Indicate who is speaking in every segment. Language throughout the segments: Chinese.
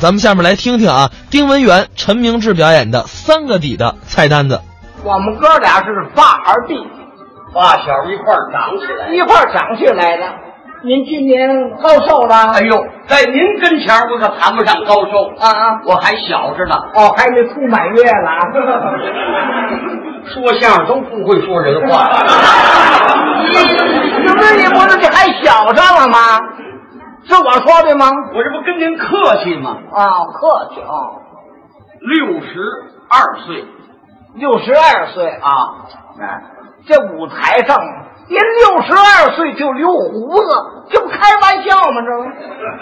Speaker 1: 咱们下面来听听啊，丁文元、陈明志表演的三个底的菜单子。
Speaker 2: 我们哥俩是发而弟，
Speaker 3: 发小一块儿长起来。
Speaker 2: 一块儿长起来的。您今年高寿了？
Speaker 3: 哎呦，在您跟前儿我可谈不上高寿，
Speaker 2: 啊啊！
Speaker 3: 我还小着呢。
Speaker 2: 哦，还没出满月了 啊。
Speaker 3: 说相声都不会说人话，
Speaker 2: 你不是你不是你还小上了吗？是我说的吗？
Speaker 3: 我这不跟您客气吗？
Speaker 2: 啊，客气啊，
Speaker 3: 六十二岁
Speaker 2: 六十二岁啊，
Speaker 3: 啊，
Speaker 2: 这舞台上您六十二岁就留胡子，这不开玩笑吗？这不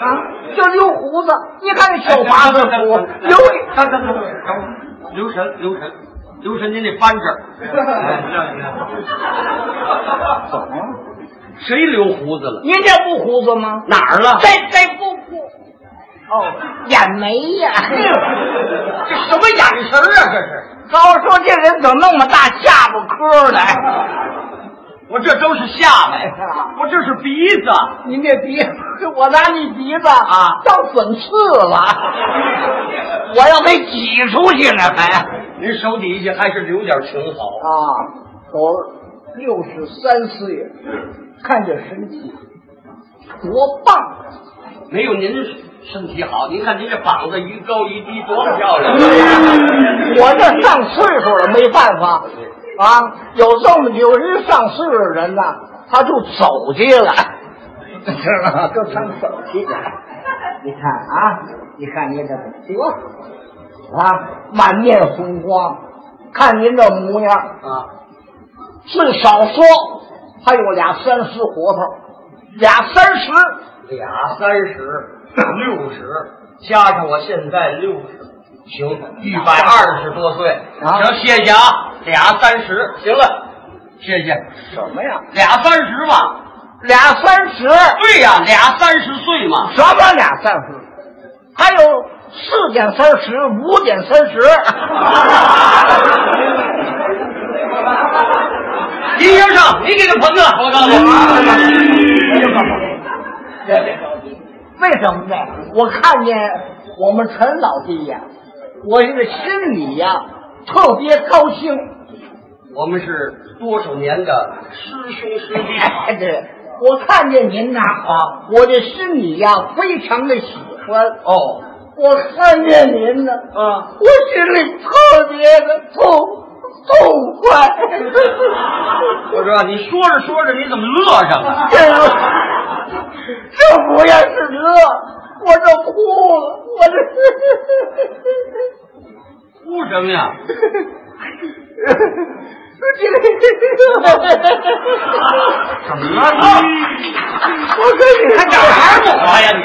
Speaker 2: 啊，就留胡子，你看那小麻子胡留
Speaker 3: 留等等等，留神留神留神，您这扳指 儿，哎
Speaker 2: 怎么了？
Speaker 3: 谁留胡子了？
Speaker 2: 您这不胡子吗？
Speaker 3: 哪儿了？
Speaker 2: 这这不不，哦，哎眼眉呀、
Speaker 3: 这什么眼神儿啊？这是，
Speaker 2: 高说这人怎么那么大下巴颏来？
Speaker 3: 我这都是下巴呀，我这是鼻子。
Speaker 2: 您这鼻 子，我拿你鼻子
Speaker 3: 啊
Speaker 2: 当粉刺了，我要给挤出去了还
Speaker 3: 您手底下还是留点情好。
Speaker 2: 啊！我六十三岁，看这身体多棒！啊
Speaker 3: 没有您身体好，您看您这膀子一高一低，多漂亮！
Speaker 2: 嗯我这上岁数了，没办法啊。有这么有人上岁数的人呐，他就走去 了，知道吗？就啊上走去了。你看啊，你看您这多啊，满面红光，看您这模样，
Speaker 3: 啊，
Speaker 2: 最少说还有俩三十活头，俩三十，
Speaker 3: 俩三十，六十，加上我现在六十，行，一百二十多岁。
Speaker 2: 啊
Speaker 3: 行，谢谢啊，俩三十，行了，谢谢。
Speaker 2: 什么呀？
Speaker 3: 俩三十嘛，
Speaker 2: 俩三十，
Speaker 3: 对呀、俩三十岁嘛，
Speaker 2: 什么俩三十？还有四点三十，五点三十。
Speaker 3: 您先上，你给他捧啊！我告诉你，
Speaker 2: 为什么呢？我看见我们陈老弟呀，我这个心里呀特别高兴。
Speaker 3: 我们是多少年的师兄师弟啊。
Speaker 2: 哎，对，我看见您呐啊，我这心里呀非常的喜欢。
Speaker 3: 哦，
Speaker 2: 我看见您呢，
Speaker 3: 啊，
Speaker 2: 我心里特别的痛痛快。
Speaker 3: 我说你说着说着你怎么乐上了？
Speaker 2: 这这不要是乐，我这哭了，我这。
Speaker 3: 哭什么呀？
Speaker 2: 我
Speaker 3: 怎么了？
Speaker 2: 跟你
Speaker 3: 还
Speaker 2: 看
Speaker 3: 哪儿还不 活哎呀你？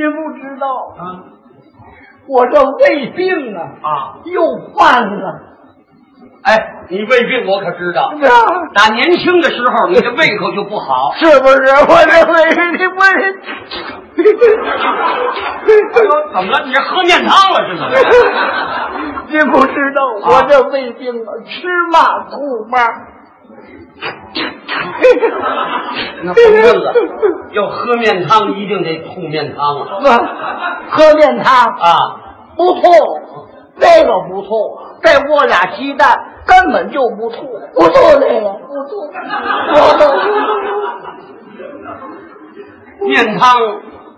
Speaker 2: 您不知道，
Speaker 3: 啊
Speaker 2: 我这胃病啊，
Speaker 3: 啊！
Speaker 2: 又犯了。
Speaker 3: 哎，你胃病我可知道。
Speaker 2: 啊
Speaker 3: 打年轻的时候，你的胃口就不好。
Speaker 2: 是不是？我这胃，你不是？
Speaker 3: 哎呦，怎么了？你这喝面汤了是怎么着？
Speaker 2: 您不知道，
Speaker 3: 啊
Speaker 2: 我这胃病啊，吃嘛吐嘛。
Speaker 3: 那不问了，要喝面汤一定得吐面汤啊！
Speaker 2: 喝面汤
Speaker 3: 啊，
Speaker 2: 不吐，那个不吐，再窝俩鸡蛋根本就不吐，不吐那个，不吐，不吐，
Speaker 3: 面汤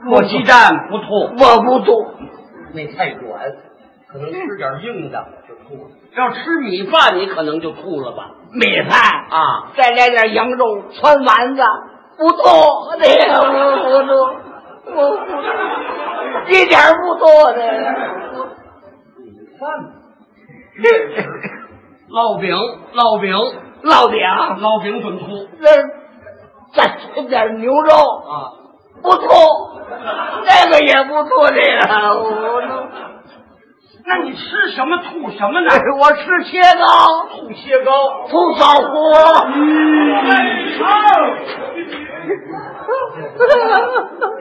Speaker 3: 抹鸡蛋不吐，
Speaker 2: 我不吐，
Speaker 3: 那太软，可能吃点硬的就吐了。要吃米饭，你可能就吐了吧？
Speaker 2: 米饭
Speaker 3: 啊。
Speaker 2: 再来点羊肉汆丸子，不吐，那个不不吐，不吐，一点儿不吐那个。
Speaker 3: 烙饼，烙饼，
Speaker 2: 烙饼，
Speaker 3: 烙饼准秃
Speaker 2: 那再吃点牛肉，
Speaker 3: 啊！
Speaker 2: 不吐，那个也不吐，那个不吐。
Speaker 3: 那你吃什么吐什么呢
Speaker 2: 哎我吃切糕，
Speaker 3: 吐切糕。
Speaker 2: 吐枣核。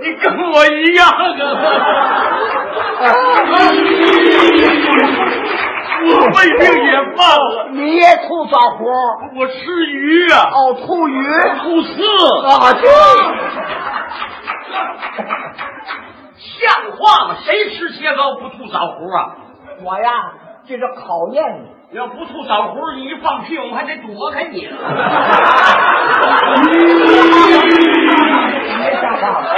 Speaker 3: 你跟我一样啊！我胃病也犯了，
Speaker 2: 你也吐枣核？
Speaker 3: 我吃鱼啊，
Speaker 2: 哦，吐鱼。
Speaker 3: 吐刺。
Speaker 2: 啊，这。
Speaker 3: 像话吗？谁吃切糕不吐枣核啊？
Speaker 2: 我呀，这是考验你。
Speaker 3: 要不吐枣核，你一放屁，我们还得躲开你。
Speaker 2: 没吓话了，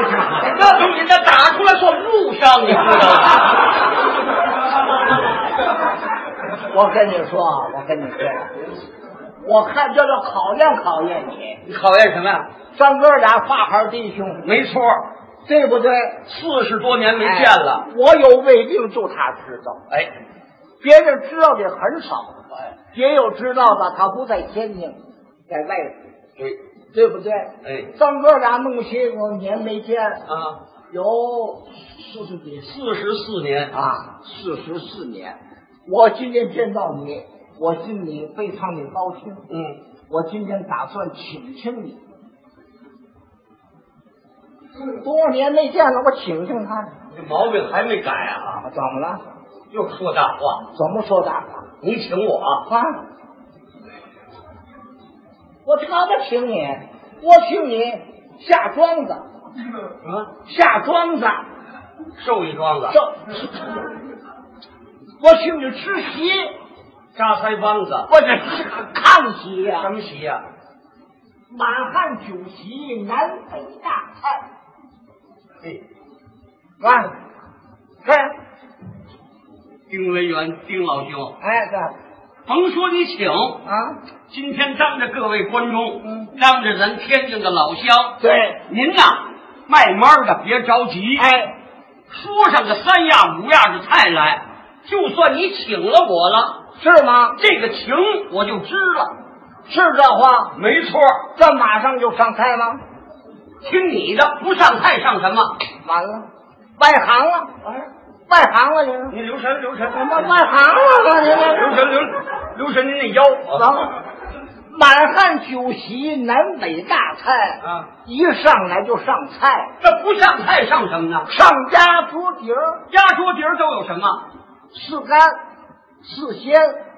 Speaker 3: 那东西那打出来算路上，你知道吗？
Speaker 2: 我跟你说，啊，我跟你说，我看这就考验考验你。
Speaker 3: 你考验什么呀？
Speaker 2: 咱哥俩发好弟兄，
Speaker 3: 没错，
Speaker 2: 对不对？
Speaker 3: 四十多年没
Speaker 2: 哎
Speaker 3: 见了。
Speaker 2: 我有胃病，就他知道，
Speaker 3: 哎，
Speaker 2: 别人知道的很少。也有知道的，他不在天津，在外头，
Speaker 3: 对，
Speaker 2: 对不对？
Speaker 3: 哎
Speaker 2: 咱哥俩那么些个年没见，
Speaker 3: 啊，
Speaker 2: 有四十几岁
Speaker 3: 四十四年，
Speaker 2: 啊，四十四年。我今天见到你，我心里非常的高兴。
Speaker 3: 嗯，
Speaker 2: 我今天打算请请你，多少年没见了，我请请他。
Speaker 3: 啊这毛病还没改啊，
Speaker 2: 啊，怎么了？
Speaker 3: 又说大话。
Speaker 2: 怎么说啊大话？
Speaker 3: 你请我啊，
Speaker 2: 啊！我他妈请你，我请你下庄子，
Speaker 3: 什么
Speaker 2: 下庄子，
Speaker 3: 瘦一桩 子，
Speaker 2: 这我请你吃席，
Speaker 3: 扎腮帮子，
Speaker 2: 我这看席呀、
Speaker 3: 什么席呀？
Speaker 2: 满汉酒席，南北大菜，
Speaker 3: 嘿，
Speaker 2: 啊，对，
Speaker 3: 丁文元，丁老兄，
Speaker 2: 哎对，
Speaker 3: 甭说你请，
Speaker 2: 啊，
Speaker 3: 今天当着各位观众，
Speaker 2: 嗯
Speaker 3: 当着咱天津的老乡，
Speaker 2: 对，
Speaker 3: 您呐，慢慢的别着急，，
Speaker 2: 哎，
Speaker 3: 说上个三样五样的菜来，就算你请了我了，
Speaker 2: 是吗？
Speaker 3: 这个情我就知了。
Speaker 2: 是这话，
Speaker 3: 没错，
Speaker 2: 这马上就上菜吗？
Speaker 3: 听你的，不上菜上什么？
Speaker 2: 完了，外行了，外行了，您。
Speaker 3: 你留神留神，
Speaker 2: 怎么外行了？您这
Speaker 3: 哎留神留留神您那腰啊
Speaker 2: 怎么满汉酒席，南北大菜
Speaker 3: 啊，
Speaker 2: 一上来就上菜，
Speaker 3: 这不上菜上什么呢？
Speaker 2: 上家桌底儿，
Speaker 3: 压桌底儿都有什么？
Speaker 2: 四干、四鲜、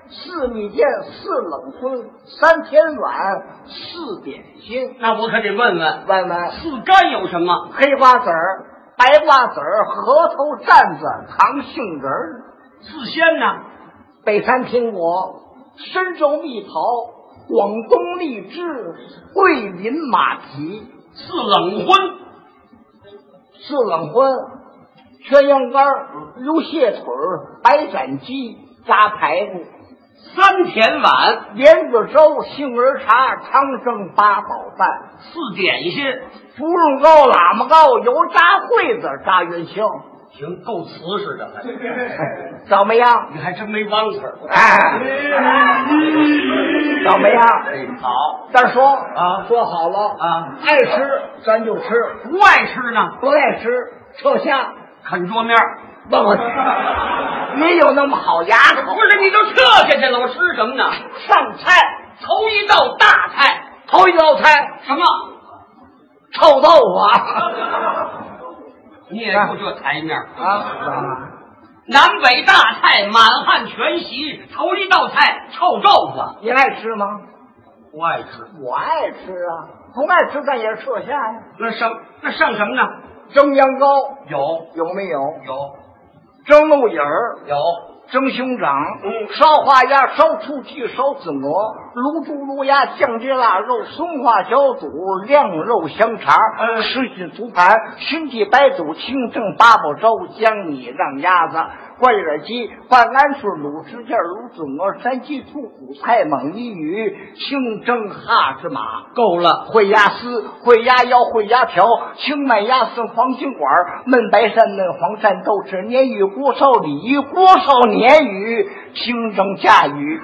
Speaker 2: 四米线、四冷荤、三天碗、四点心。
Speaker 3: 那我可得问问，
Speaker 2: 外面
Speaker 3: 四干有什么？
Speaker 2: 黑瓜子儿、白瓜子儿、核桃蘸子、糖杏仁儿。
Speaker 3: 四鲜呢？
Speaker 2: 北山苹果、深州蜜桃、广东荔枝、桂林马蹄、
Speaker 3: 四冷荤，
Speaker 2: 四冷荤、缺羊肝儿、溜蟹腿儿、白斩鸡、炸排骨、
Speaker 3: 三甜碗，
Speaker 2: 莲子粥、杏仁茶、长生八宝饭、
Speaker 3: 四点心，
Speaker 2: 芙蓉糕、喇嘛糕、油炸烩子、炸元宵，
Speaker 3: 行，够瓷实的 了。
Speaker 2: 怎么样？
Speaker 3: 你还真没忘词儿。
Speaker 2: 哎，啊怎么样？
Speaker 3: 哎，好，
Speaker 2: 再说
Speaker 3: 啊
Speaker 2: 说好了
Speaker 3: 啊，
Speaker 2: 爱吃咱就吃，
Speaker 3: 不爱吃呢，
Speaker 2: 不爱吃撤下。
Speaker 3: 啃桌面儿。
Speaker 2: 问我， 你有那么好牙口？
Speaker 3: 不是，你都撤下去了，我吃什么呢？
Speaker 2: 上菜
Speaker 3: 头一道大菜，
Speaker 2: 头一道菜
Speaker 3: 什么？
Speaker 2: 臭豆腐 啊！
Speaker 3: 你也就这台面儿。
Speaker 2: 啊，
Speaker 3: 南北大菜，满汉全席，头一道菜臭豆腐，
Speaker 2: 您爱吃吗？
Speaker 3: 不爱吃。
Speaker 2: 我爱吃啊，不爱吃咱也撤下呀。
Speaker 3: 那上那上什么呢？
Speaker 2: 蒸羊羔
Speaker 3: 有
Speaker 2: 有没有？
Speaker 3: 有
Speaker 2: 蒸鹿尾儿、
Speaker 3: 有，
Speaker 2: 蒸熊掌、
Speaker 3: 嗯
Speaker 2: 烧花鸭、烧雏鸡、烧子鹅、卤猪、卤鸭、酱鸡腊肉、松花小肚、晾肉香肠、
Speaker 3: 嗯
Speaker 2: 十斤竹盘、熏鸡白肚、清蒸八宝粥、江米让鸭子、关眼鸡、灌桉树、卤指甲、卤子鹅、山鸡兔骨、菜蟒鱼鱼、清蒸哈士马。
Speaker 3: 够了。
Speaker 2: 烩鸭丝、烩鸭腰、烩鸭条、清迈鸭丝、黄金管儿、焖白鳝、焖黄鳝、豆豉鲶鱼、锅烧鲤鱼、锅烧鲶鱼、清蒸甲鱼、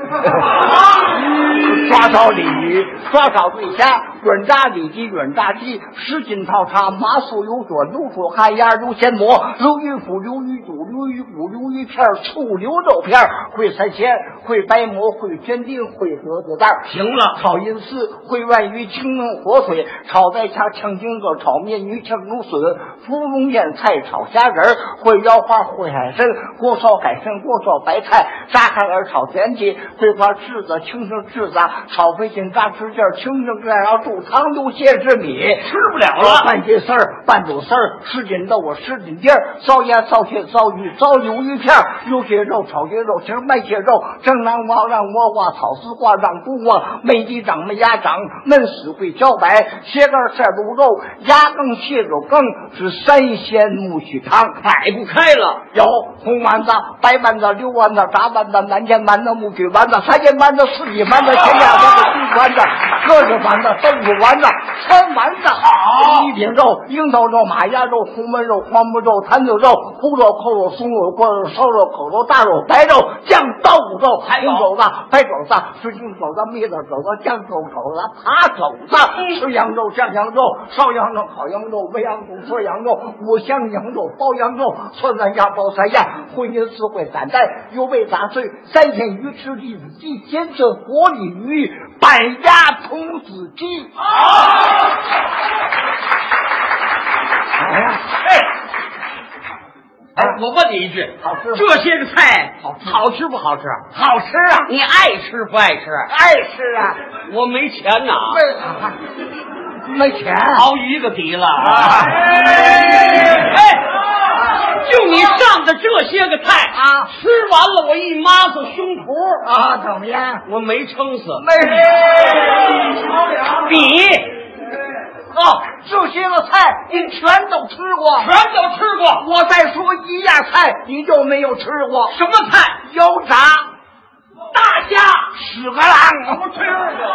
Speaker 2: 抓烧鲤鱼、抓烧对虾、软炸里脊、软炸鸡、十斤套叉、麻素油转、卤煮旱鸭、卤鲜蘑、卤鱼脯、卤鱼肚、卤鱼骨、卤鱿鱼片、醋牛肉片，会三鲜，会白馍，会煎饼，会疙瘩蛋儿。
Speaker 3: 行了，
Speaker 2: 炒银丝、烩鳝鱼、清蒸火腿、炒白虾、炝金钩、炒面鱼、炝竹笋、芙蓉燕菜、炒虾仁儿、烩腰花、烩海参、锅烧海参、锅烧白菜、炸海耳、炒田鸡、桂花柿子、清蒸柿子、啊炒飞禽、炸翅尖、清蒸蘸羊肚、糖油蟹汁米。
Speaker 3: 吃不了了。
Speaker 2: 拌鸡丝儿、拌肚丝儿、什锦豆腐、什锦丁儿、烧鸭、烧蟹、烧鱼、烧鱿鱼片儿、油蟹肉、炒蟹肉、芹麦蟹肉、蒸南瓜、让窝瓜、草丝瓜、让猪瓜、梅鸡掌、梅鸭掌、焖死桂茭白、鞋盖晒卤肉、鸭羹、蟹肉羹是三鲜木须汤。
Speaker 3: 摆不开了，
Speaker 2: 有红丸子、白丸子、溜丸子、炸丸子、南煎丸子、木须丸子、三煎丸子、四喜丸子、咸鸭丸子、鸡丸子、鸽子丸子、豆腐丸子、川丸子。
Speaker 3: 好
Speaker 2: 一饼肉、樱桃肉、马鸭肉、红焖肉、黄焖肉、坛子肉、烀肉、扣肉、松肉、锅肉、烧肉、口肉、大肉、白肉、酱豆腐肉、
Speaker 3: 还有
Speaker 2: 红肘子、白肘子、吃青肘子、蜜子肘子、酱肘肘子、扒肘子，吃羊肉、酱羊肉、烧羊肉、烤羊肉、煨羊肚、做羊肉、五香羊肉、包羊肉、涮三鸭、包三鸭、荤银丝烩散蛋、油煨杂碎、三鲜鱼、吃栗子鸡、煎子活鲤鱼、板鸭、童子鸡。哎呀！
Speaker 3: 哎，哎
Speaker 2: 啊，
Speaker 3: 我问你一句，
Speaker 2: 好吃吗
Speaker 3: 这些个菜
Speaker 2: 好吃
Speaker 3: 好吃不好吃？
Speaker 2: 好吃啊，
Speaker 3: 你爱吃不爱吃？
Speaker 2: 爱吃啊，
Speaker 3: 我没钱呐，
Speaker 2: 没没钱，啊
Speaker 3: 熬一个底了。啊
Speaker 2: 哎
Speaker 3: 哎，就你上的这些个菜
Speaker 2: 啊
Speaker 3: 吃完了我一抹子胸脯，
Speaker 2: 啊，怎么样？
Speaker 3: 我没撑死。
Speaker 2: 没钱，
Speaker 3: 你
Speaker 2: 哦，这些个菜您全都吃过。
Speaker 3: 全都吃过，
Speaker 2: 我再说一样菜，你就没有吃过
Speaker 3: 什么菜？
Speaker 2: 油炸
Speaker 3: 大虾。
Speaker 2: 啊屎壳郎。
Speaker 3: 吃过。